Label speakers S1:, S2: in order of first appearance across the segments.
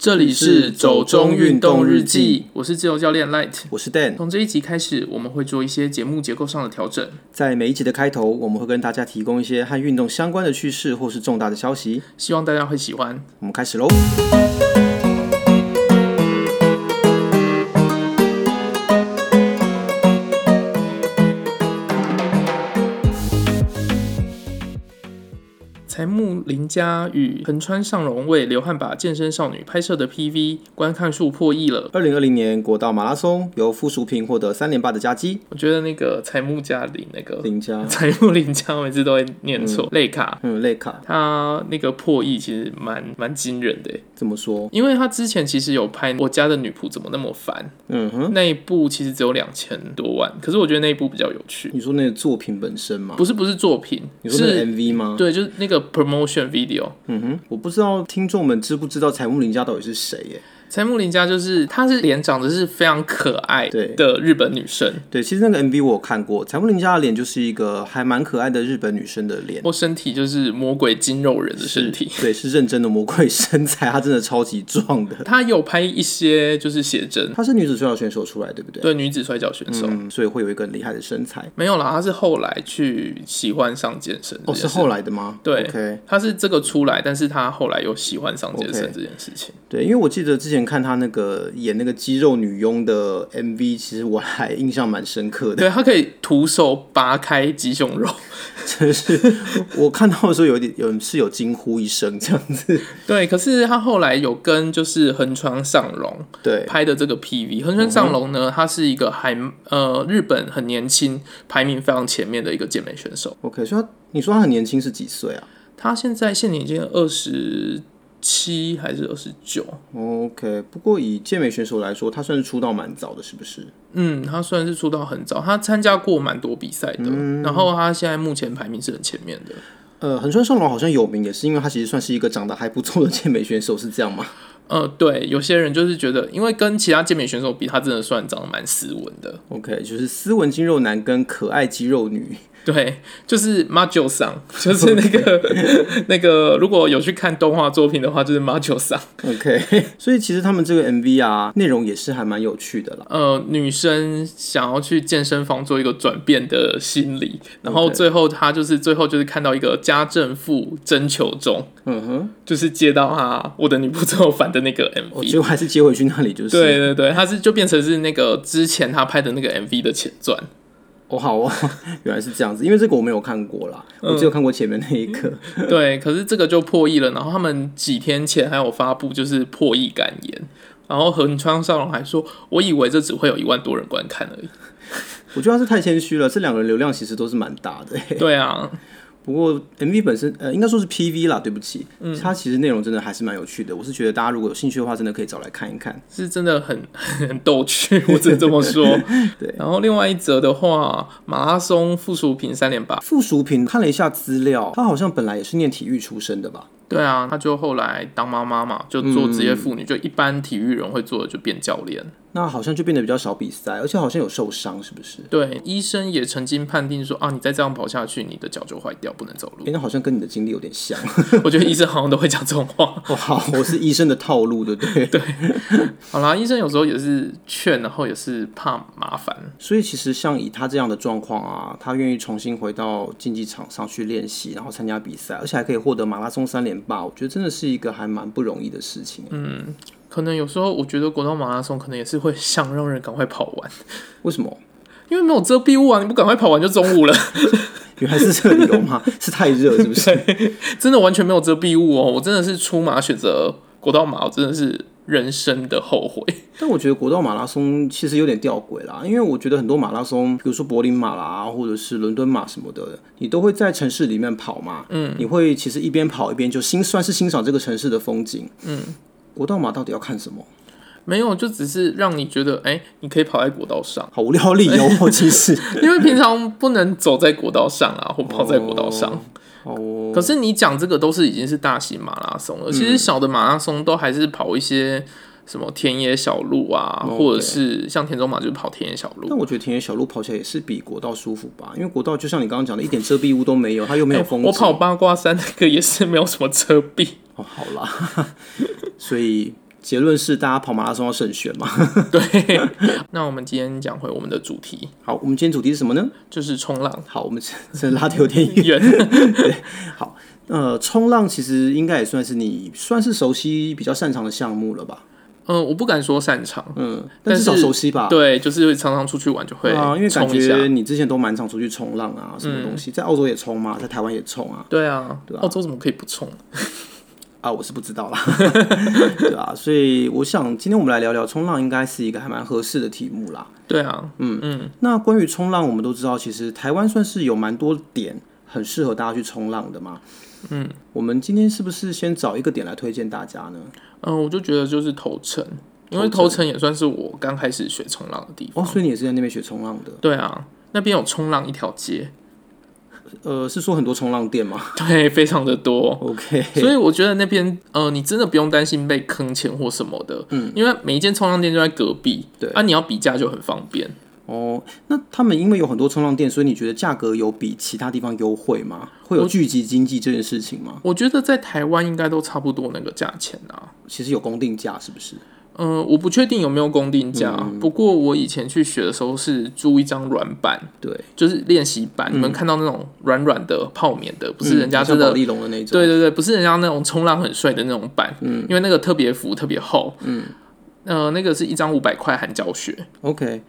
S1: 这里是走中运动日记，我是自由教练 Light。
S2: 我是 Dan，
S1: 从这一集开始，我们会做一些节目结构上的调整，
S2: 在每一集的开头，我们会跟大家提供一些和运动相关的趣事或是重大的消息。
S1: 希望大家会喜欢。
S2: 我们开始喽！
S1: 财木林家与横川尚荣为《流汗吧健身少女》拍摄的 PV 观看数破亿了。
S2: 二零二零年国道马拉松由附属品获得三连霸的佳绩，
S1: 我觉得那个财木家里那个
S2: 林家，
S1: 财木林家，我每次都会念错，类卡。
S2: 嗯，类卡
S1: 他那个破亿其实蛮蛮惊人的耶，欸
S2: 怎么说？
S1: 因为他之前其实有拍《我家的女仆怎么那么烦
S2: 嗯》哼，
S1: 那一部，其实只有两千多万，可是我觉得那一部比较有趣，
S2: 你说那个作品本身吗？
S1: 不是不是作品，
S2: 你说那个
S1: 是
S2: MV 吗？
S1: 对，就是那个 promotion video。
S2: 嗯哼，我不知道听众们知不知道财务林家到底是谁耶？
S1: 柴木林家就是，她是脸长得是非常可爱
S2: 对
S1: 的日本女生，
S2: 对，其实那个 MV 我有看过，财务林家的脸就是一个还蛮可爱的日本女生的脸。
S1: 或身体就是魔鬼筋肉人的身体。
S2: 对，是认真的魔鬼身材，她真的超级壮的。
S1: 她有拍一些就是写真，
S2: 她是女子摔跤选手出来，对不对？
S1: 对女子摔跤选手。
S2: 嗯，所以会有一个很厉害的身材。
S1: 没有啦，她是后来去喜欢上健身这
S2: 哦，
S1: 件
S2: 是
S1: 事。
S2: 后来的吗？
S1: 对
S2: ，OK，
S1: 她是这个出来，但是她后来又喜欢上健身
S2: OK
S1: 这件事情。
S2: 对，因为我记得之前看他那个演那个肌肉女佣的 MV，其实我还印象蛮深刻的。
S1: 对，她可以徒手拔开鸡胸肉。
S2: 我看到的时候有点有是有惊呼一声这样子。
S1: 对，可是她后来有跟就是横川尚荣
S2: 对，
S1: 拍的这个 PV，横川尚龙呢，他是一个还呃日本很年轻，排名非常前面的一个健美选手。
S2: OK，所以他你说他很年轻是几岁啊
S1: 他现在现年已经二十七还是二十九？
S2: ？OK，不过以健美选手来说，他算是出道蛮早的，是不是？
S1: 嗯，他虽然是出道很早，他参加过蛮多比赛的，然后他现在目前排名是很前面的。
S2: 呃，横川尚龙好像有名，也是因为他其实算是一个长得还不错的健美选手，是这样吗？
S1: 呃，对，有些人就是觉得，因为跟其他健美选手比，他真的算长得蛮斯文的。
S2: OK，就是斯文肌肉男跟可爱肌肉女。
S1: 对，就是 m a j o 桑，就是那个那个，如果有去看动画作品的话，就是 m a j o 桑。
S2: OK，所 以其实他们这个 MV 啊，内容也是还蛮有趣的啦。
S1: 呃，女生想要去健身房做一个转变的心理，然后
S2: OK
S1: 最后她就是最后就是看到一个家政妇征求中，
S2: 嗯哼，
S1: 就是接到她我的女仆最后反的那个
S2: 我
S1: MV。
S2: 最后哦还是接回去那里，就是
S1: 对对对，她是就变成是那个之前她拍的那个 MV 的前 传。
S2: 哦好哦， 原来是这样子，因为这个我没有看过啦，我只有看过前面那一 个。
S1: 对，可是这个就破亿了。然后他们几天前还有发布就是破亿感言，然后横川少龙还说：“我以为这只会有一万多人观看而已。
S2: 我觉得他是太谦虚了，这两个人流量其实都是蛮大的、”
S1: 对啊，
S2: 不过 MV 本身，呃，应该说是 PV 啦，对不起，它其实内容真的还是蛮有趣的。我是觉得大家如果有兴趣的话，真的可以找来看一看。
S1: 是真的很 很逗趣，我只能这么说。
S2: 对，
S1: 然后另外一则的话，马拉松附属品三连霸，
S2: 附属品看了一下资料，他好像本来也是念体育出身的吧？
S1: 对啊，她就后来当妈妈嘛，就做职业妇女，就一般体育人会做的就变教练。
S2: 那好像就变得比较少比赛，而且好像有受伤，是不是？
S1: 对，医生也曾经判定说啊，你再这样跑下去，你的脚就坏掉，不能走
S2: 哎、
S1: 路。
S2: 那好像跟你的经历有点像。
S1: 我觉得医生好像都会讲这种话。
S2: 哦，好， 我是医生的套路，对不对？
S1: 好啦，医生有时候也是劝，然后也是怕麻烦。
S2: 所以其实像以他这样的状况啊，他愿意重新回到竞技场上去练习，然后参加比赛，而且还可以获得马拉松三连霸，我觉得真的是一个还蛮不容易的事情。
S1: 可能有时候我觉得国道马拉松可能也是会想让人赶快跑完，
S2: 为什么？
S1: 因为没有遮蔽物啊，你不赶快跑完就中午了。
S2: 原来是这个理 由吗？是太热是不是？
S1: 真的完全没有遮蔽物哦，我真的是出马选择国道马，我真的是人生的后悔。
S2: 但我觉得国道马拉松其实有点吊诡啦，因为我觉得很多马拉松，比如说柏林马啦，或者是伦敦马什么的，你都会在城市里面跑嘛，嗯，你会其实一边跑一边就欣算是欣赏这个城市的风景，嗯，国道马到底要看什么？
S1: 没有，就只是让你觉得，哎、你可以跑在国道上，
S2: 好无聊理由哦，其实。
S1: 因为平常不能走在国道上啊，或跑在国道上。
S2: 哦，
S1: 可是你讲这个都是已经是大型马拉松
S2: 嗯
S1: 了，其实小的马拉松都还是跑一些什么田野小路啊，
S2: OK
S1: 或者是像田中马就是跑田野小路。
S2: 但我觉得田野小路跑起来也是比国道舒服吧，因为国道就像你刚刚讲的，一点遮蔽物都没有，它又没有风景。
S1: 哎我跑八卦山那个也是没有什么遮蔽，
S2: 哦，好啦，所以结论是大家跑马拉松要慎选嘛。
S1: 对，那我们今天讲回我们的主题，
S2: 好，我们今天主题是什么呢？
S1: 就是冲浪。
S2: 好，我们 这拉的有点远。
S1: 远
S2: 好，呃，冲浪其实应该也算是你算是熟悉比较擅长的项目了吧？
S1: 嗯，我不敢说擅长，
S2: 嗯，
S1: 但
S2: 但
S1: 是
S2: 至少熟悉吧？
S1: 对，就是常常出去玩就会
S2: 啊，因为感
S1: 冲一下。嗯
S2: 觉你之前都蛮常出去冲浪啊，什么东西，在澳洲也冲嘛，在台湾也冲啊。
S1: 对啊，澳洲怎么可以不冲？
S2: 啊，我是不知道啦， 对啊，所以我想今天我们来聊聊冲浪，应该是一个还蛮合适的题目啦。
S1: 对啊，
S2: 那关于冲浪，我们都知道，其实台湾算是有蛮多点很适合大家去冲浪的嘛。嗯，我们今天是不是先找一个点来推荐大家呢？
S1: 嗯，我就觉得就是头城，因为头城也算是我刚开始学冲浪的地
S2: 哦，
S1: 方。
S2: 所以你也是在那边学冲浪的？
S1: 对啊，那边有冲浪一条街，
S2: 呃，是说很多冲浪店吗
S1: 对，非常的 多。
S2: ？OK，
S1: 所以我觉得那边，呃，你真的不用担心被坑钱或什么的，嗯，因为每一间冲浪店就在隔壁，
S2: 对
S1: 啊，你要比价就很方便。
S2: 哦，那他们因为有很多冲浪店，所以你觉得价格有比其他地方优惠吗？会有聚集经济这件事情吗？
S1: 我觉得在台湾应该都差不多那个价钱啊，
S2: 其实有公定价是不是？
S1: 嗯、我不确定有没有公定价，
S2: 嗯
S1: 不过我以前去学的时候是租一张软板，
S2: 对，
S1: 就是练习板，你们看到那种软软的泡棉的，不是人家
S2: 嗯嗯像
S1: 真的
S2: 保利龙的那种。
S1: 对对对，不是人家那种冲浪很帅的那种板，嗯，因为那个特别浮，特别厚，嗯，呃，那个是一张五百块含教学，
S2: OK，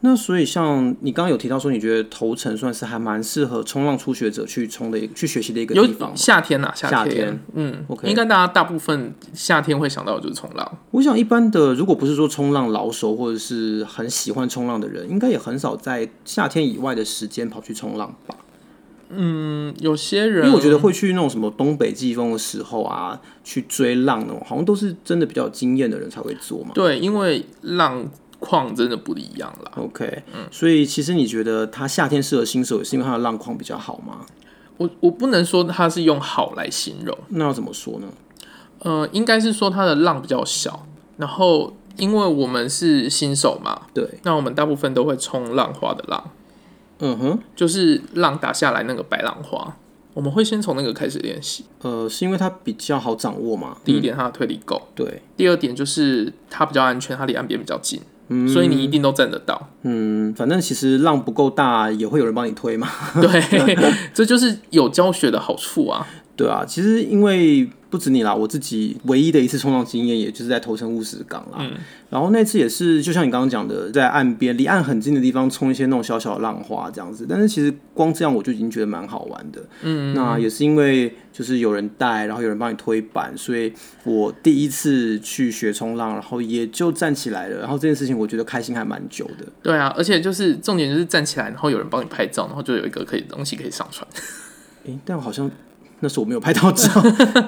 S2: 那所以像你刚刚有提到说，你觉得头城算是还蛮适合冲浪初学者去冲的一个去学习的一个
S1: 有
S2: 地方。
S1: 夏天呐、
S2: 夏
S1: 天，
S2: 天
S1: 嗯
S2: OK
S1: 应该大家大部分夏天会想到的就是冲浪，
S2: 我想一般的，如果不是说冲浪老手或者是很喜欢冲浪的人，应该也很少在夏天以外的时间跑去冲浪吧。
S1: 嗯，有些
S2: 因
S1: 人
S2: 为我觉得会去那种什么东北季风的时候啊，去追浪那种，好像都是真的比较有经验的人才会做嘛。
S1: 对，因为浪况真的不一样啦。
S2: OK，、所以其实你觉得它夏天适合新手，也是因为它的浪况比较好吗？
S1: 我我不能说它是用好来形容，
S2: 那要怎么说呢？
S1: 呃，应该是说它的浪比较小，然后因为我们是新手嘛，
S2: 对，
S1: 那我们大部分都会冲浪花的浪。
S2: 嗯哼，
S1: 就是浪打下来那个白浪花，我们会先从那个开始练习。
S2: 呃，是因为它比较好掌握嘛？
S1: 第一点，它的推力够；
S2: 对，
S1: 第二点就是它比较安全，它离岸边比较近，所以你一定都站得到。
S2: 嗯，反正其实浪不够大，也会有人帮你推嘛。
S1: 对，这就是有教学的好处啊。
S2: 对啊，其实因为不止你啦，我自己唯一的一次冲浪经验，也就是在头城乌石港啦。然后那次也是，就像你刚刚讲的，在岸边离岸很近的地方冲一些那种小小的浪花这样子。但是其实光这样我就已经觉得蛮好玩的。嗯，那也是因为就是有人带，然后有人帮你推板，所以我第一次去学冲浪，然后也就站起来了。然后这件事情我觉得开心还蛮久的。
S1: 对啊，而且就是重点就是站起来，然后有人帮你拍照，然后就有一个可以东西可以上传。
S2: 诶，但好像那时候我没有拍到照，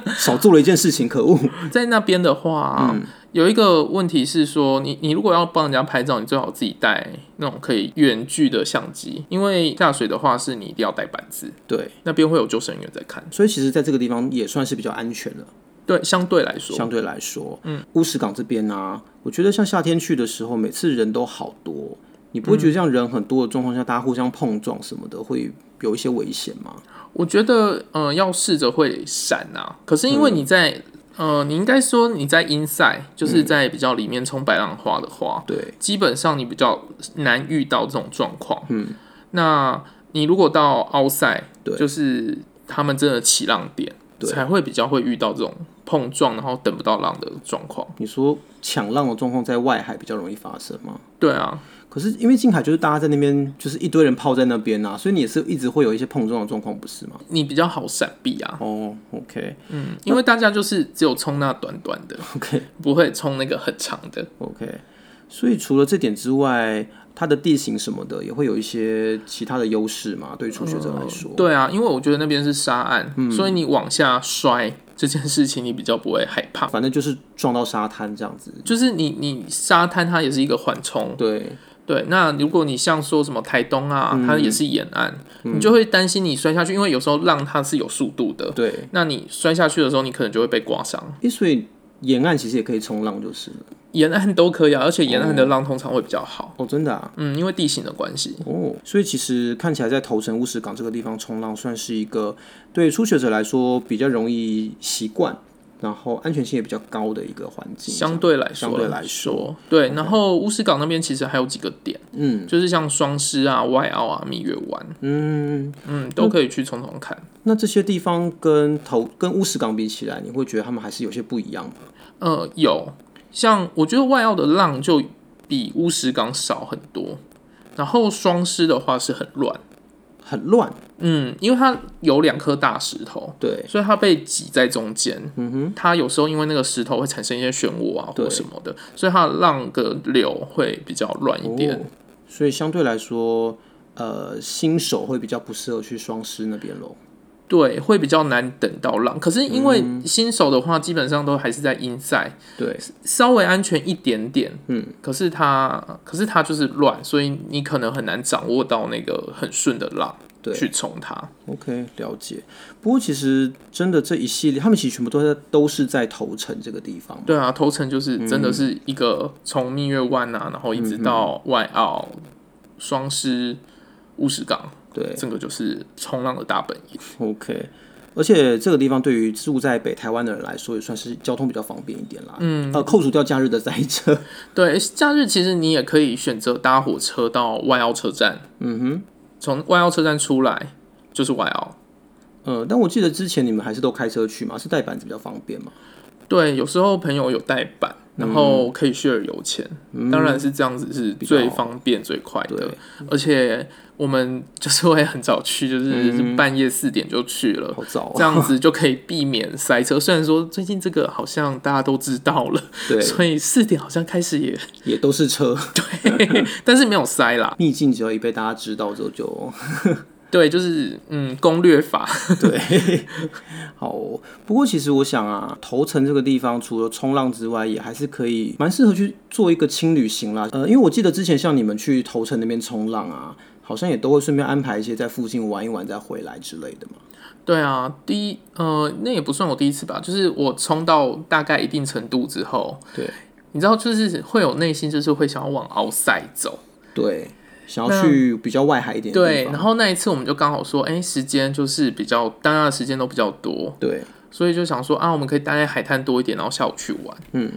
S2: 少做了一件事情，可恶。
S1: 在那边的话，有一个问题是说，你你如果要帮人家拍照，你最好自己带那种可以远距的相机，因为下水的话是你一定要带板子，
S2: 对，
S1: 那边会有救生员在看。
S2: 所以其实在这个地方也算是比较安全了，
S1: 对，相对来说，
S2: 相对来说，嗯，乌石港这边啊，我觉得像夏天去的时候，每次人都好多，你不会觉得这样人很多的状况下，大家互相碰撞什么的，会有一些危险吗？
S1: 我觉得，呃，要试着会闪啊。可是因为你在，呃，你应该说你在 inside，就是在比较里面冲白浪花的话，
S2: 对，
S1: 基本上你比较难遇到这种状况。嗯，那你如果到 outside，
S2: 对
S1: 就是他们真的起浪点，
S2: 对
S1: 才会比较会遇到这种碰撞，然后等不到浪的状况。
S2: 你说抢浪的状况在外海比较容易发生吗？
S1: 对啊，
S2: 可是因为近海就是大家在那边就是一堆人泡在那边啊，所以你也是一直会有一些碰撞的状况，不是吗？
S1: 你比较好闪避啊，
S2: 哦、o k
S1: 嗯，因为大家就是只有冲那短短的，
S2: OK，
S1: 不会冲那个很长的。
S2: OK，所以除了这点之外，它的地形什么的也会有一些其他的优势嘛？对于初学者来说，
S1: 对啊，因为我觉得那边是沙岸，所以你往下摔这件事情，你比较不会害怕。
S2: 反正就是撞到沙滩这样子。
S1: 就是你你沙滩它也是一个缓冲，
S2: 对，
S1: 对。那如果你像说什么台东啊，
S2: 嗯
S1: 它也是沿岸，你就会担心你摔下去，因为有时候浪它是有速度的，
S2: 对，
S1: 那你摔下去的时候，你可能就会被刮伤。
S2: 诶，所以沿岸其实也可以冲浪，就是了
S1: 沿岸都可以啊，而且沿岸的浪通常会比较好，
S2: 哦，真的啊，
S1: 嗯，因为地形的关系。
S2: 哦，所以其实看起来在头城乌石港这个地方冲浪，算是一个对初学者来说比较容易习惯，然后安全性也比较高的一个环境，
S1: 相对来说，
S2: 相对来
S1: 说，对。然后乌石港那边其实还有几个点，嗯，就是像双狮啊、外澳啊、蜜月湾，嗯嗯，都可以去冲冲看。
S2: 那这些地方跟头跟乌石港比起来，你会觉得他们还是有些不一样吗？
S1: 呃，有，像我觉得外澳的浪就比乌石港少很多，然后双狮的话是很乱。
S2: 很乱，
S1: 嗯，因为它有两颗大石头，
S2: 对，
S1: 所以它被挤在中间。嗯哼，它有时候因为那个石头会产生一些漩涡啊或什么的，所以它的浪的流会比较乱一点、哦。
S2: 所以相对来说，呃，新手会比较不适合去双狮那边喽。
S1: 对，会比较难等到浪。可是因为新手的话，基本上都还是在阴赛，
S2: 对，
S1: 稍微安全一点点。嗯，可是它，可是它就是乱，所以你可能很难掌握到那个很顺的浪去冲它。
S2: OK，了解。不过其实真的这一系列，他们其实全部都在都是在头城这个地方。
S1: 对啊，头城就是真的是一个从蜜月湾啊，然后一直到外澳、双狮、乌石港。
S2: 对，
S1: 这个就是冲浪的大本营。
S2: OK，而且这个地方对于住在北台湾的人来说，也算是交通比较方便一点啦。嗯，呃，扣除掉假日的塞车，
S1: 对，假日其实你也可以选择搭火车到外澳车站。嗯哼，从外澳车站出来就是外澳。
S2: 呃，但我记得之前你们还是都开车去嘛，是带板子比较方便嘛？
S1: 对，有时候朋友有带板，然后可以 share 油钱，嗯、当然是这样子是最方便最快的，而且我们就是会很早去，就是半夜四点就去了，
S2: 好早、啊，
S1: 这样子就可以避免塞车。虽然说最近这个好像大家都知道了，
S2: 对，
S1: 所以四点好像开始也
S2: 也都是车，
S1: 对，但是没有塞啦。
S2: 秘境只要一被大家知道之后就
S1: 对，就是嗯，攻略法。
S2: 对，好。不过其实我想啊，头城这个地方除了冲浪之外，也还是可以蛮适合去做一个轻旅行啦。呃，因为我记得之前像你们去头城那边冲浪啊，好像也都会顺便安排一些在附近玩一玩再回来之类的嘛。
S1: 对啊，第一呃，那也不算我第一次吧，就是我冲到大概一定程度之后，
S2: 对，
S1: 你知道，就是会有内心就是会想要往奥赛走，
S2: 对。想要去比较外海一点
S1: 对，然后那一次我们就刚好说，哎、欸，时间就是比较，大家的时间都比较多，
S2: 对，
S1: 所以就想说啊，我们可以待在海滩多一点，然后下午去玩，
S2: 嗯，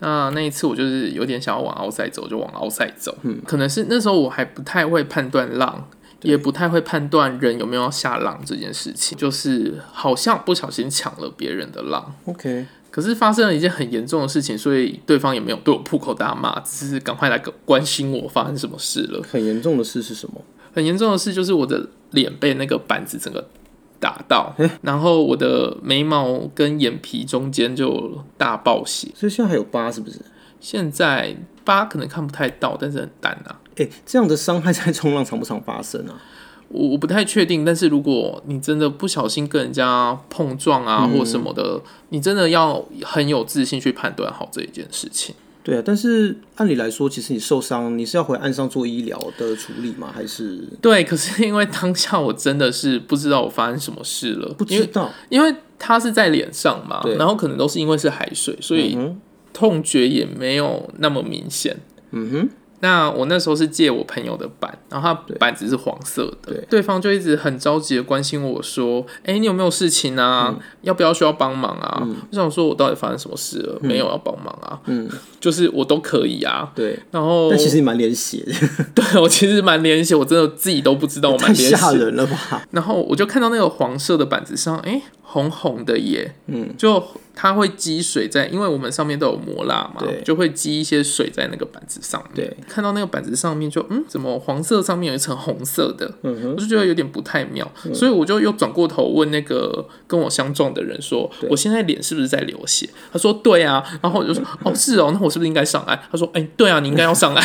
S1: 那那一次我就是有点想要往奥赛走，就往奥赛走，嗯，可能是那时候我还不太会判断浪，也不太会判断人有没有要下浪这件事情，就是好像不小心抢了别人的浪
S2: ，OK。
S1: 可是发生了一件很严重的事情，所以对方也没有对我破口大骂，只是赶快来关心我发生什么事了。
S2: 很严重的事是什么？
S1: 很严重的事就是我的脸被那个板子整个打 到，欸、然后我的眉毛跟眼皮中间就大爆血。
S2: 所以现在还有疤是不是？
S1: 现在疤可能看不太到，但是很淡啊。
S2: 哎、欸，这样的伤害在冲浪常不常发生啊？
S1: 我我不太确定，但是如果你真的不小心跟人家碰撞啊，或什么的，嗯、你真的要很有自信去判断好这一件事情。
S2: 对啊，但是按理来说，其实你受伤，你是要回岸上做医疗的处理吗？还是
S1: 对？可是因为当下我真的是不知道我发生什么事了，
S2: 不知道，
S1: 因为它是在脸上嘛，然后可能都是因为是海水，所以痛觉也没有那么明显。
S2: 嗯哼。
S1: 那我那时候是借我朋友的板，然后他板子是黄色的，
S2: 对，
S1: 对方就一直很着急的关心我说：“哎、欸，你有没有事情啊？嗯、要不要需要帮忙啊？”嗯、我想说，我到底发生什么事了？嗯、没有要帮忙啊，
S2: 嗯，
S1: 就是我都可以啊，
S2: 对。
S1: 然后，
S2: 但其实你蛮连血的，
S1: 对我其实蛮连血，我真的自己都不知道我哦蛮连血，
S2: 吓人了吧？
S1: 然后我就看到那个黄色的板子上，哎、欸，红红的耶，
S2: 嗯，
S1: 就。它会积水在，因为我们上面都有磨蜡嘛，就会积一些水在那个板子上面。看到那个板子上面就嗯，怎么黄色上面有一层红色的？
S2: 嗯
S1: 我就觉得有点不太妙，嗯、所以我就又转过头问那个跟我相撞的人说：“我现在脸是不是在流血？”他说：“对啊。”然后我就说：“哦，是哦，那我是不是应该上岸？”他说：“哎、欸，对啊，你应该要上岸。”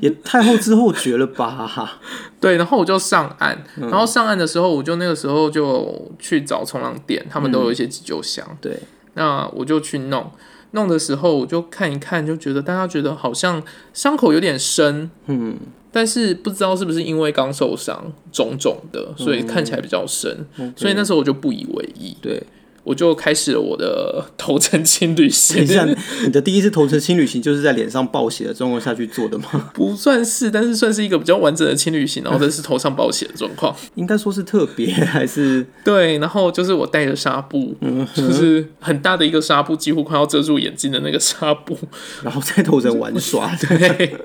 S2: 也太后知后觉 了吧？
S1: 对，然后我就上岸，
S2: 嗯
S1: 然后上岸的时候，我就那个时候就去找冲浪店，他们都有一些急救箱。嗯、
S2: 对。
S1: 那我就去弄，弄的时候我就看一看，就觉得大家觉得好像伤口有点深，
S2: 嗯，
S1: 但是不知道是不是因为刚受伤肿肿的，所以看起来比较深，
S2: 嗯、
S1: 所以那时候我就不以为意，
S2: 对。
S1: 我就开始了我的 头层轻旅行
S2: 等一。下，你的第一次投车轻旅行就是在脸上暴血的状况下去做的吗？
S1: 不算是，但是算是一个比较完整的轻旅行，然后这是头上包血的状况。
S2: 应该说是特别还是
S1: 对，然后就是我带着纱布，
S2: 嗯
S1: 就是很大的一个纱布，几乎快要遮住眼睛的那个纱布。
S2: 然后在头城玩耍，
S1: 对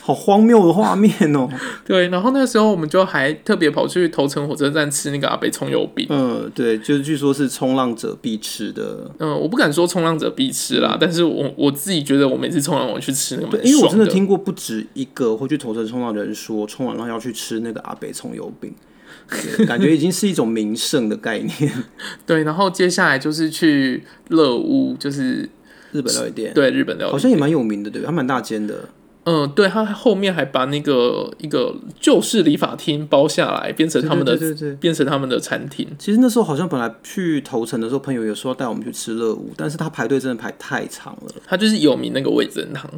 S2: 好荒谬的画面哦、
S1: 对，然后那时候我们就还特别跑去头城火车站吃那个阿北葱油饼。
S2: 嗯，对，就是据说是冲浪者必吃的。
S1: 嗯，我不敢说冲浪者必吃啦，但是我我自己觉得我每次冲浪我去吃那个蛮
S2: 因嗯哎为我
S1: 爽
S2: 真的听过不止一个会去头城冲浪的人说，冲完浪要去吃那个阿北葱油饼，对感觉已经是一种名胜的概念。
S1: 对，然后接下来就是去乐屋，就是
S2: 日本料理店
S1: 对日本料理
S2: 好像也蛮有名的，对吧？它蛮大间的，
S1: 嗯，对，他后面还把那个一个旧式理发厅包下来，变成他们的
S2: 对对对对对
S1: 变成他们的餐厅。
S2: 其实那时候好像本来去头城的时候，朋友有说要带我们去吃乐舞，但是他排队真的排太长了。
S1: 它就是有名那个味噌汤，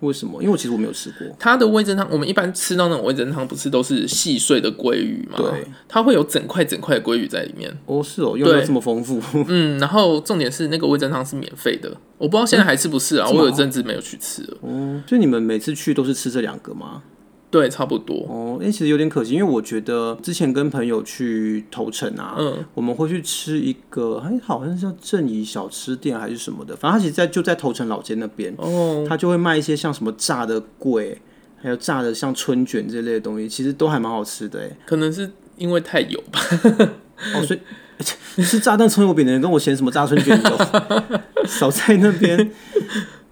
S2: 为什么？因为我其实我没有吃过。
S1: 它的味噌汤，我们一般吃到那种味噌汤，不是都是细碎的鲑鱼吗？
S2: 对，
S1: 它会有整块整块的鲑鱼在里 面。
S2: 哦，是哦，用料
S1: 对
S2: 这么丰富，
S1: 嗯，然后重点是那个味噌汤是免费的，我不知道现在还是不是啊，
S2: 嗯
S1: 我有一阵子没有去吃了。
S2: 哦，所以你们每次去都是吃这两个吗？
S1: 对，差不多。
S2: 哦，哎、其实有点可惜，因为我觉得之前跟朋友去头城啊，
S1: 嗯，
S2: 我们会去吃一个，哎，好像是叫正怡小吃店还是什么的，反正它其实在就在头城老街那边，
S1: 哦，
S2: 它就会卖一些像什么炸的桂，还有炸的像春卷这类的东西，其实都还蛮好吃的，哎，
S1: 可能是因为太油吧。
S2: 哦，所以吃炸弹葱油饼的人跟我嫌什么炸春卷油，少在那边。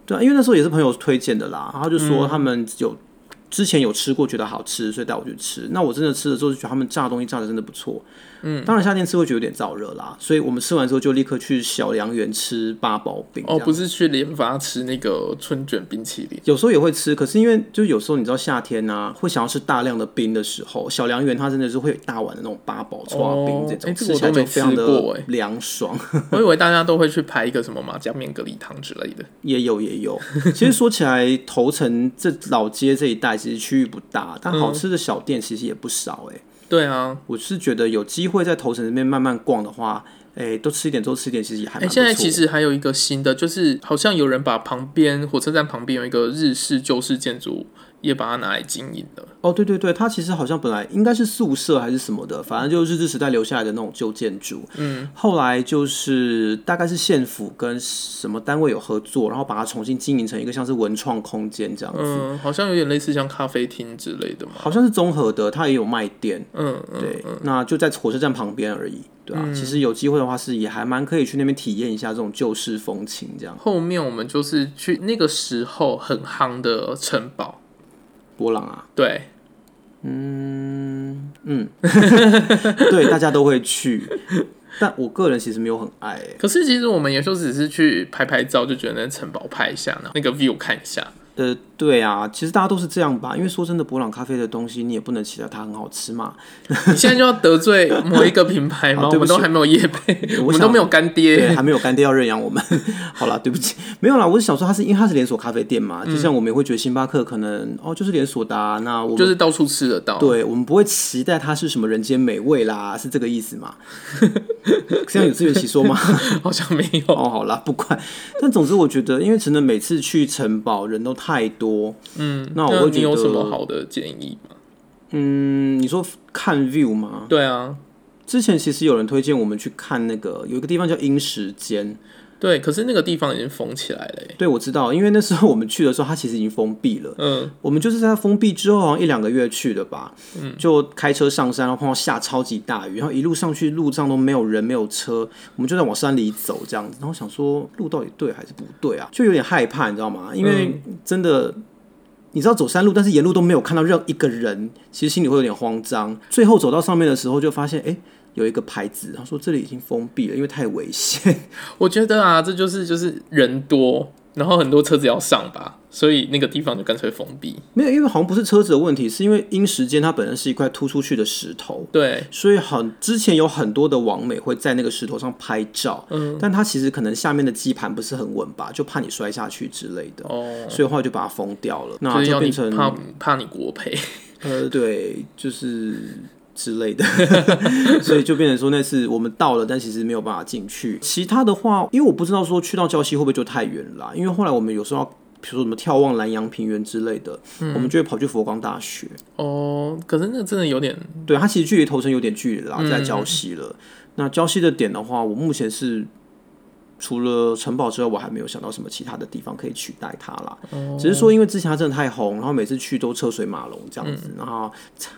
S2: 对啊，因为那时候也是朋友推荐的啦，然后就
S1: 嗯
S2: 说他们有、之前有吃过，觉得好吃，所以带我去吃。那我真的吃了之后，就觉得他们炸的东西炸的真的不错。嗯，当然夏天吃会觉得有点燥热啦，所以我们吃完之后就立刻去小良园吃八宝饼。
S1: 哦，不是去联发吃那个春卷冰淇 淋。
S2: 有时候也会吃，可是因为就是有时候你知道夏天啊，会想要吃大量的冰的时候，小良园它真的是会有一大碗的那种八宝刨冰这
S1: 哦
S2: 种，
S1: 哎这个
S2: 吃起来
S1: 我都没
S2: 就非常
S1: 吃过哎
S2: 的凉爽。
S1: 我以为大家都会去排一个什么麻酱面、蛤蜊汤之类的。
S2: 也有也有， 其实说起来，头城这老街这一带其实区域不大，但
S1: 嗯
S2: 好吃的小店其实也不少哎、
S1: 对啊，
S2: 我是觉得有机会在头城这边慢慢逛的话，哎、多吃一点，多吃一点，其实也还
S1: 哎、
S2: 蛮不错。
S1: 现在其实还有一个新的，就是好像有人把旁边火车站旁边有一个日式旧式建筑，也把它拿来经营了。
S2: 哦，对对对，它其实好像本来应该是宿舍还是什么的，反正就是日治时代留下来的那种旧建筑。嗯，后来就是大概是县府跟什么单位有合作，然后把它重新经营成一个像是文创空间这样子，
S1: 嗯，好像有点类似像咖啡厅之类的嘛。
S2: 好像是综合的，它也有卖店。
S1: 嗯嗯，
S2: 对，那就在火车站旁边而已，对啊。其实有机会的话，是也还蛮可以去那边体验一下这种旧式风情这样。
S1: 后面我们就是去那个时候很夯的城堡。
S2: 波浪 啊，
S1: 对，
S2: 对，大家都会去，但我个人其实没有很爱、欸。
S1: 可是其实我们也就只是去拍拍照，就觉得那城堡拍一下，然后那个 view 看一下。
S2: 呃，对啊，其实大家都是这样吧，因为说真的，博朗咖啡的东西你也不能期待它很好 吃嘛。
S1: 你现在就要得罪某一个品牌吗？
S2: 啊
S1: 我
S2: 对
S1: 们
S2: 不起
S1: 都还没有业 配，我们都没有干爹。
S2: 对，啊还没有干爹要认养我们。 好啦，对不起，没有啦，我是想说它是因为它是连锁咖啡店嘛，
S1: 嗯
S2: 就像我们也会觉得星巴克可能哦就是连锁的、啊，那我 们
S1: 就是到处吃得到。
S2: 对，我们不会期待它是什么人间美味啦，是这个意思 吗？这样有自圆其说吗？
S1: 好像没有。
S2: 哦，好啦，不管。但总之，我觉得，因为真的每次去城堡人都太多，嗯，那我会
S1: 你
S2: 觉
S1: 有
S2: 得，
S1: 什么好的建议吗？
S2: 嗯，你说看 view 吗？
S1: 对啊，
S2: 之前其实有人推荐我们去看那个，有一个地方叫英石间，
S1: 对，可是那个地方已经封起来了欸。
S2: 对我知道，因为那时候我们去的时候，它其实已经封闭了。
S1: 嗯，
S2: 我们就是在它封闭之后，好像一两个月去的吧，
S1: 嗯
S2: 就开车上山，然后碰到下超级大雨，然后一路上去路上都没有人没有车，我们就在往山里走这样子，然后想说路到底对还是不对啊，就有点害怕，你知道吗？因为
S1: 嗯
S2: 真的。你知道走山路，但是沿路都没有看到任一个人，其实心里会有点慌张。最后走到上面的时候，就发现哎、诶有一个牌子，他说这里已经封闭了，因为太危险。
S1: 我觉得啊，这就是就是人多，然后很多车子要上吧，所以那个地方就干脆封闭。
S2: 没有，因为好像不是车子的问题，是因为因时间它本身是一块凸出去的石头，
S1: 对，
S2: 所以很之前有很多的网美会在那个石头上拍照，嗯，但它其实可能下面的基盘不是很稳吧，就怕你摔下去之类的，
S1: 哦，
S2: 所以后来就把它封掉了，那
S1: 就是
S2: 就
S1: 要你
S2: 变成
S1: 怕怕你国赔。
S2: 呃，对，就是之 类的， 所以就变成说那次我们到了，但其实没有办法进去。其他的话，因为我不知道说去到礁溪会不会就太远了啦，因为后来我们有时候要，比如说什么眺望南洋平原之类的，
S1: 嗯
S2: 我们就会跑去佛光大学。
S1: 哦，可是那真的有点
S2: 对，它其实距离头城有点距离啦，在礁溪了。那礁溪的点的话，我目前是除了城堡之外，我还没有想到什么其他的地方可以取代它啦。只是说，因为之前它真的太红，然后每次去都车水马龙这样子，然后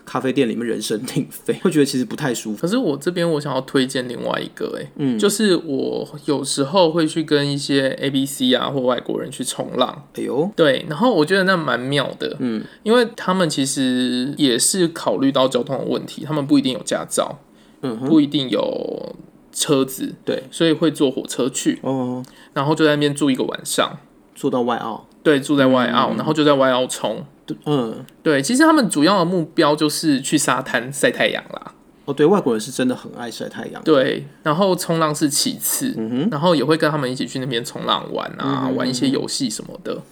S2: 咖啡店里面人声鼎沸，会觉得其实不太舒服。
S1: 可是我这边我想要推荐另外一个、欸，嗯，就是我有时候会去跟一些 A B C 啊或外国人去冲浪，
S2: 哎呦，
S1: 对，然后我觉得那蛮妙的，嗯，因为他们其实也是考虑到交通的问题，他们不一定有驾照，
S2: 嗯，
S1: 不一定有车子，
S2: 对，
S1: 所以会坐火车去，
S2: 哦，
S1: 然后就在那边住一个晚上，
S2: 做到外澳，
S1: 对，住在外
S2: 嗯
S1: 澳，然后就在外澳冲，
S2: 对嗯，
S1: 对，其实他们主要的目标就是去沙滩晒太阳啦，
S2: 哦，对外国人是真的很爱晒太阳，嗯
S1: 对，然后冲浪是其次，然后也会跟他们一起去那边冲浪玩啊，玩一些游戏什么的。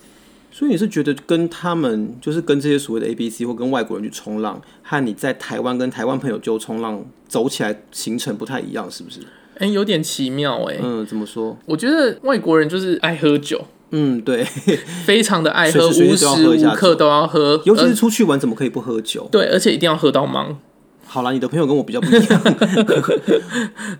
S2: 所以你是觉得跟他们，就是跟这些所谓的 A B C 或跟外国人去冲浪，和你在台湾跟台湾朋友就冲浪走起来行程不太一样，是不是？
S1: 哎、有点奇妙哎、
S2: 嗯，怎么说？
S1: 我觉得外国人就是爱喝酒，
S2: 嗯，对，
S1: 非常的爱喝，
S2: 随
S1: 无
S2: 时随地都要
S1: 时
S2: 喝一下
S1: 无刻都要喝，
S2: 尤其
S1: 呃
S2: 是出去玩，怎么可以不喝酒？
S1: 对，而且一定要喝到忙。
S2: 好啦，你的朋友跟我比较不一 样，我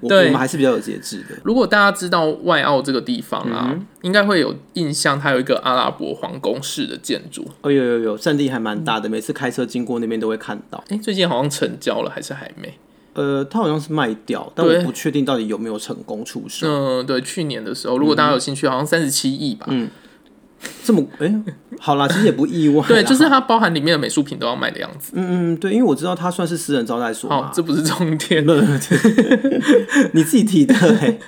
S2: 我
S1: 对
S2: 们还是比较有节制的。
S1: 如果大家知道外澳这个地方啊，
S2: 嗯
S1: 应该会有印象，它有一个阿拉伯皇宫式的建筑。
S2: 哦，有有有，占地还蛮大的，每次开车经过那边都会看到。
S1: 哎、最近好像成交了，还是还没？
S2: 呃，它好像是卖掉，但我
S1: 对
S2: 不确定到底有没有成功出售。
S1: 嗯，对，去年的时候，如果大家有兴趣，好像三十七亿吧。
S2: 这么，哎、好啦，其实也不意外啦。
S1: 对，就是它包含里面的美术品都要卖的样子。
S2: 嗯嗯，对，因为我知道它算是私人招待所
S1: 好
S2: 嘛，，
S1: 这不是重点，
S2: 你自己 提的、欸。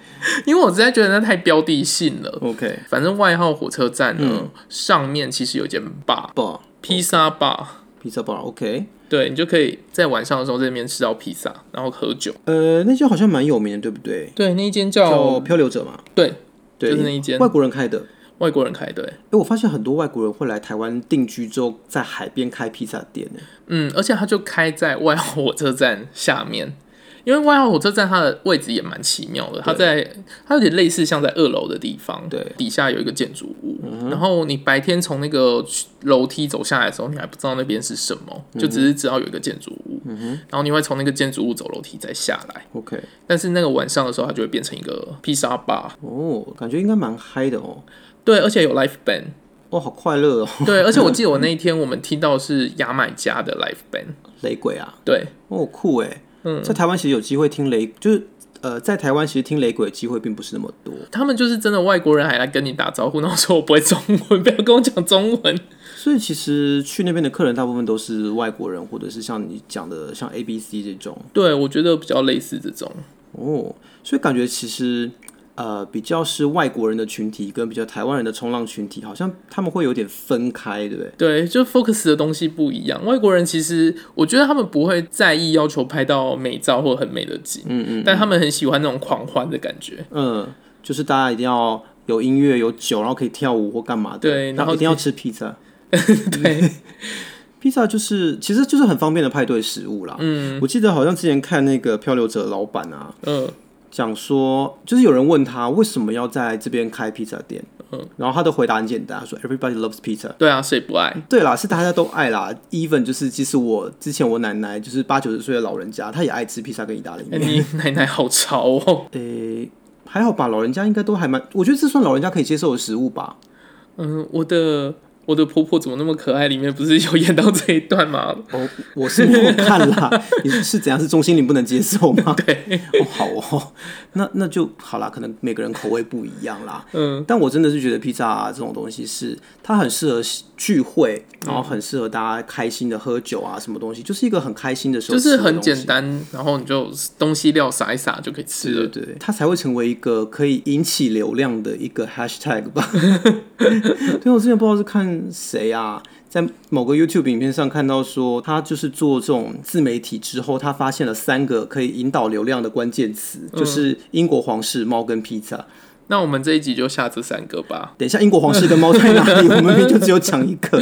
S1: 因为我实在觉得那太标的性了。
S2: OK，
S1: 反正外号火车站呢，上面其实有间 bar，
S2: bar
S1: 披萨 bar，
S2: pizza bar OK，
S1: 对你就可以在晚上的时候在那边吃到披萨，然后喝酒。
S2: 呃，那家好像蛮有名的，对不对？
S1: 对，那一间
S2: 叫
S1: 叫
S2: 漂流者嘛，
S1: 对
S2: 对，
S1: 就是那一间
S2: 外国人开的。
S1: 外国人开的，
S2: 哎、我发现很多外国人会来台湾定居之后，在海边开披萨店呢。
S1: 嗯，而且它就开在外号火车站下面。因为外号火车站它的位置也蛮奇妙的，它在它有点类似像在二楼的地方，
S2: 对，
S1: 底下有一个建筑物，然后你白天从那个楼梯走下来的时候，你还不知道那边是什么，就只是知道有一个建筑物，然后你会从那个建筑物走楼梯再下来，
S2: OK，
S1: 但是那个晚上的时候，它就会变成一个披萨吧，
S2: 哦，感觉应该蛮嗨的哦。
S1: 对，而且有 live band，
S2: 哦，好快乐哦，
S1: 对，而且我记得我那一天我们听到是牙买加的 live band，
S2: 雷鬼啊，
S1: 对，
S2: 哦酷哎。嗯，在台湾其实有机会听雷，就是呃，在台湾其实听雷鬼的机会并不是那么多，
S1: 他们就是真的外国人还来跟你打招呼，然后说我不会中文，不要跟我讲中文。
S2: 所以其实去那边的客人大部分都是外国人，或者是像你讲的像 A B C 这种。
S1: 对，我觉得比较类似这种。
S2: 哦，所以感觉其实呃比较是外国人的群体跟比较台湾人的冲浪群体，好像他们会有点分开，对不对？
S1: 对，就 focus 的东西不一样。外国人其实，我觉得他们不会在意要求拍到美照或很美的景，嗯嗯，但他们很喜欢那种狂欢的感觉。
S2: 嗯，就是大家一定要有音乐、有酒，然后可以跳舞或干嘛的，
S1: 对然后
S2: 一定要吃披萨。
S1: 对，
S2: 披萨就是，其实就是很方便的派对食物啦。嗯，我记得好像之前看那个漂流者老板啊，
S1: 嗯，
S2: 讲说，就是有人问他为什么要在这边开披萨店，嗯，然后他的回答很简单，他说 Everybody loves pizza。
S1: 对啊，谁不 爱？
S2: 对啦，是大家都爱啦，even 就是即使我之前我奶奶就是八九十岁的老人家，她也爱吃披萨跟意大利
S1: 哎
S2: 面。
S1: 你奶奶好潮哦。
S2: 诶、呃还好吧，老人家应该都还蛮，我觉得这算老人家可以接受的食物吧。
S1: 嗯，我的我的婆婆怎么那么可爱？里面不是有演到这一段 吗？
S2: 哦，我是没有看啦， 你是怎样？是钟心凌不能接受吗？
S1: 对，
S2: 哦，好哦，那那就好啦，可能每个人口味不一样啦。
S1: 嗯，
S2: 但我真的是觉得披萨、啊、这种东西是它很适合聚会，然后
S1: 嗯
S2: 很适合大家开心的喝酒啊，什么东西，就是一个很开心的时候
S1: 就
S2: 吃的
S1: 是
S2: 东西，
S1: 很简单，然后你就东西料撒一撒就可以吃
S2: 对
S1: 了。
S2: 对对，它才会成为一个可以引起流量的一个 hashtag 吧。对，我之前不知道是看谁啊，在某个 YouTube 影片上看到说，他就是做这种自媒体之后，他发现了三个可以引导流量的关键词，就是英国皇室、猫跟披萨。
S1: 那我们这一集就下这三个吧。
S2: 等一下，英国皇室跟猫在哪里？我们明明就只有 讲一个，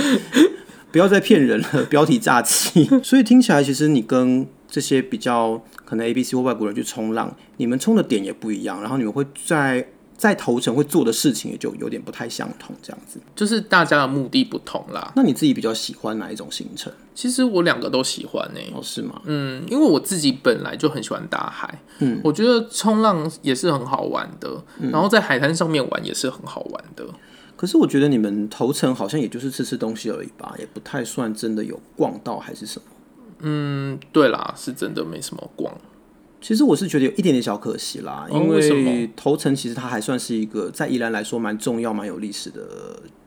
S2: 不要再骗人了，标题诈欺。所以听起来，其实你跟这些比较可能 A、B、C 或外国人去冲浪，你们冲的点也不一样，然后你们会在在头城会做的事情也就有点不太相同，这样子。
S1: 就是大家的目的不同啦。
S2: 那你自己比较喜欢哪一种行程？
S1: 其实我两个都喜欢呢、
S2: 哦，是吗？
S1: 嗯，因为我自己本来就很喜欢大海，嗯，我觉得冲浪也是很好玩的，
S2: 嗯
S1: 然后在海滩上面玩也是很好玩的。
S2: 可是我觉得你们头城好像也就是吃吃东西而已吧，也不太算真的有逛到还是什么。
S1: 嗯，对啦，是真的没什么逛。
S2: 其实我是觉得有一点点小可惜啦，
S1: 哦
S2: 因
S1: 为什么
S2: 为头城其实它还算是一个在宜兰来说蛮重要、蛮有历史的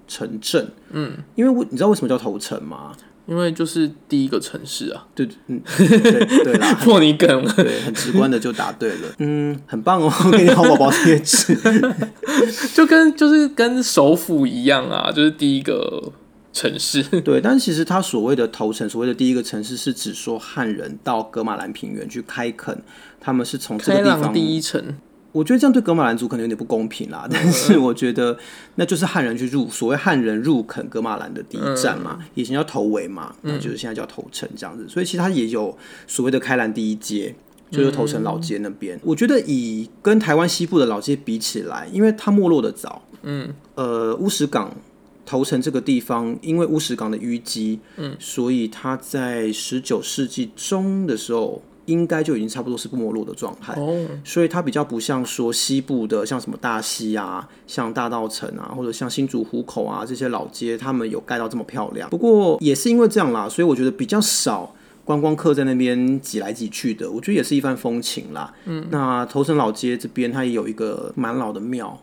S2: 城镇。嗯，因为我你知道为什么叫头城吗？
S1: 因为就是第一个城市啊，
S2: 对，嗯，对对啦，
S1: 破你梗了。
S2: 对，很直观的就答对了。嗯，很棒哦， 给你好宝宝贴 纸。
S1: 就跟就是跟首府一样啊，就是第一个城市。
S2: 对，但其实它所谓的头城，所谓的第一个城市，是指说汉人到格马兰平原去开垦，他们是从这
S1: 开
S2: 个地
S1: 朗
S2: 方
S1: 第一城，
S2: 我觉得这样对格马兰族可能有点不公平啦，但是我觉得那就是汉人去入所谓汉人入垦格马兰的第一站嘛，以前叫头围嘛，那就是现在叫头城这样子，所以其实它也有所谓的开兰第一街。就是头城老街那边，我觉得以跟台湾西部的老街比起来，因为它没落的早，嗯，呃，乌石港头城这个地方，因为乌石港的淤积，嗯，所以它在十九世纪中的时候，应该就已经差不多是不没落的状态。
S1: 哦，
S2: 所以它比较不像说西部的，像什么大溪啊、像大道城啊，或者像新竹湖口啊这些老街，他们有盖到这么漂亮。不过也是因为这样啦，所以我觉得比较少。观光客在那边挤来挤去的，我觉得也是一番风情啦。嗯，那头城老街这边它也有一个蛮老的庙，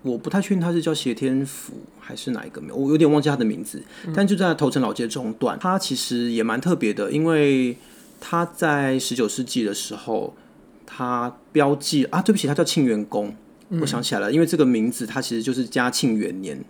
S2: 我不太确定它是叫挟天府还是哪一个庙，我有点忘记它的名字。但就在头城老街中段，它其实也蛮特别的，因为它在十九世纪的时候，它标记啊，对不起，它叫庆元宫，我想起来了，因为这个名字它其实就是嘉庆元年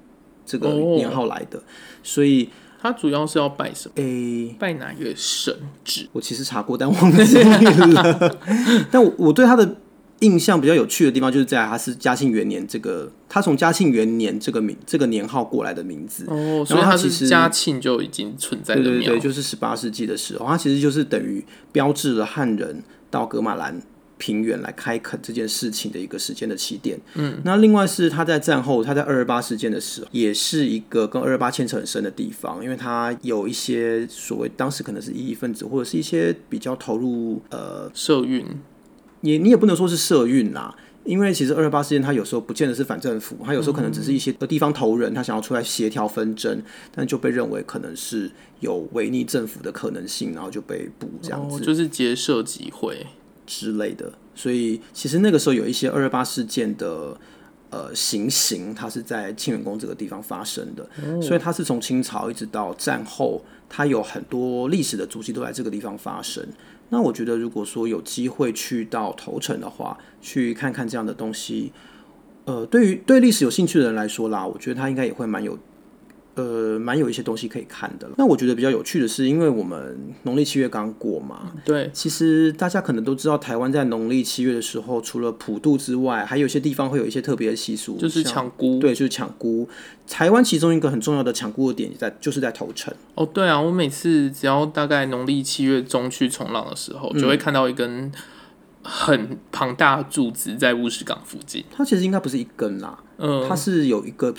S2: 这个
S1: 哦
S2: 年号来的，所以
S1: 它主要是要拜什么？
S2: 诶。
S1: 拜哪一个神祇？
S2: 我其实查过，但忘记了。 但我我对他的印象比较有趣的地方，就是在他是嘉庆元年这个，他从嘉庆元年这个名这个年号过来的名字。
S1: 哦，所以
S2: 它
S1: 它是
S2: 其实
S1: 嘉庆就已经存在
S2: 对
S1: 的
S2: 对
S1: 庙
S2: 对，，就是十八世纪的时候，它其实就是等于标志了汉人到格马兰平原来开垦这件事情的一个时间的起点。嗯，那另外是他在战后，他在二二八事件的时候，也是一个跟二二八牵扯很深的地方，因为他有一些所谓当时可能是异议分子，或者是一些比较投入呃
S1: 社运。
S2: 也你也不能说是社运啦，因为其实二二八事件它有时候不见得是反政府，它有时候可能只是一些地方头人他想要出来协调纷争，但就被认为可能是有违逆政府的可能性，然后就被捕这样
S1: 哦，
S2: 子
S1: 就是结社集会，
S2: 之类的。所以其实那个时候有一些二二八事件的。呃，行刑它是在清远宫这个地方发生的，所以它是从清朝一直到战后，它有很多历史的足迹都在这个地方发生。那我觉得，如果说有机会去到头城的话，去看看这样的东西，呃，对于对历史有兴趣的人来说啦，我觉得他应该也会蛮有，呃，蛮有一些东西可以看的啦。那我觉得比较有趣的是，因为我们农历七月刚过嘛，
S1: 对，
S2: 其实大家可能都知道，台湾在农历七月的时候，除了普渡之外，还有一些地方会有一些特别的习俗，
S1: 就是
S2: 像
S1: 抢孤。
S2: 对，就是抢菇。台湾其中一个很重要的抢菇的点在就是在头城。
S1: 哦，对啊，我每次只要大概农历七月中去冲浪的时候，就
S2: 嗯
S1: 会看到一根很庞大的柱子在乌石港附近。
S2: 它其实应该不是一根啦，
S1: 嗯，
S2: 它是有一个，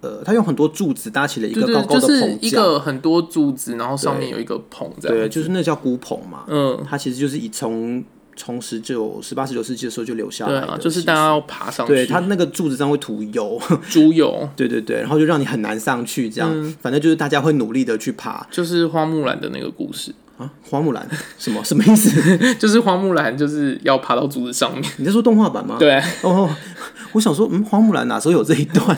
S2: 呃，它用很多柱子搭起了一
S1: 对
S2: 个
S1: 对，
S2: 高高
S1: 就
S2: 的
S1: 是
S2: 棚
S1: 一
S2: 架，
S1: 个很多柱子，然后上面有一个棚这样。
S2: 对，就是那叫菇棚嘛。
S1: 嗯，
S2: 它其实就是以从从十九、十八、十九世纪的时候就留下
S1: 对
S2: 来
S1: 啊，
S2: 的，
S1: 就是大家要爬上去。
S2: 对它那个柱子上会涂油，
S1: 猪油
S2: 对对对，然后就让你很难上去，这样，
S1: 嗯
S2: 反正就是大家会努力的去爬
S1: 就是花木兰的那个故事，
S2: 啊。花木兰什么什么意思？
S1: 就是花木兰就是要爬到柱子上面。
S2: 你在说动画版吗？
S1: 对，啊
S2: 哦，我想说，嗯，花木兰哪时候有这一段？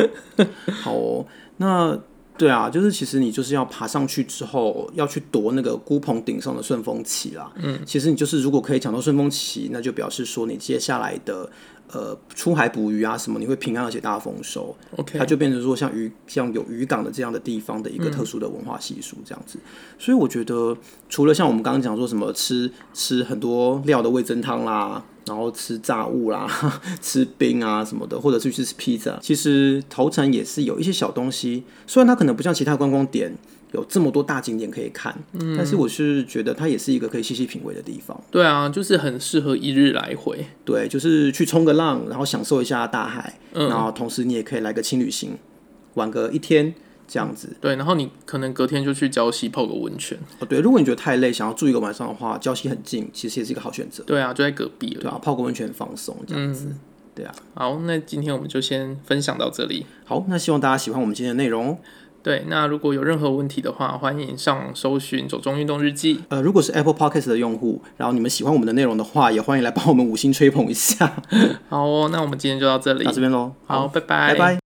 S2: 好哦，那对啊，就是其实你就是要爬上去之后，要去夺那个孤棚顶上的顺风旗啦。嗯，其实你就是如果可以抢到顺风旗，那就表示说你接下来的呃出海捕鱼啊什么，你会平安而且大丰收。
S1: OK，
S2: 它就变成说像渔像有渔港的这样的地方的一个特殊的文化习俗这样子。所以我觉得，除了像我们刚刚讲说什么吃吃很多料的味增汤啦，然后吃炸物啦、 吃冰啊什么的，或者是去吃披萨。其实头城也是有一些小东西，虽然它可能不像其他观光点有这么多大景点可以看，但是我是觉得它也是一个可以细细品味的地方。
S1: 对啊，就是很适合一日来回。
S2: 对，就是去冲个浪，然后享受一下大海，然后同时你也可以来个轻旅行，玩个一天这样子。
S1: 对，然后你可能隔天就去礁溪泡个温泉。
S2: 哦，对，如果你觉得太累，想要住一个晚上的话，礁溪很近，其实也是一个好选择。
S1: 对啊，就在隔壁了。
S2: 对啊，泡个温泉放松这样子。对啊，
S1: 好，那今天我们就先分享到这里。
S2: 好，那希望大家喜欢我们今天的内容哦。
S1: 对，那如果有任何问题的话，欢迎上网搜寻“走中运动日记
S2: 呃，如果是 Apple Podcast 的用户，然后你们喜欢我们的内容的话，也欢迎来帮我们五星吹捧一下。”。
S1: 好哦，那我们今天就到这里
S2: 到，这边喽，
S1: 好，拜拜，
S2: 拜拜。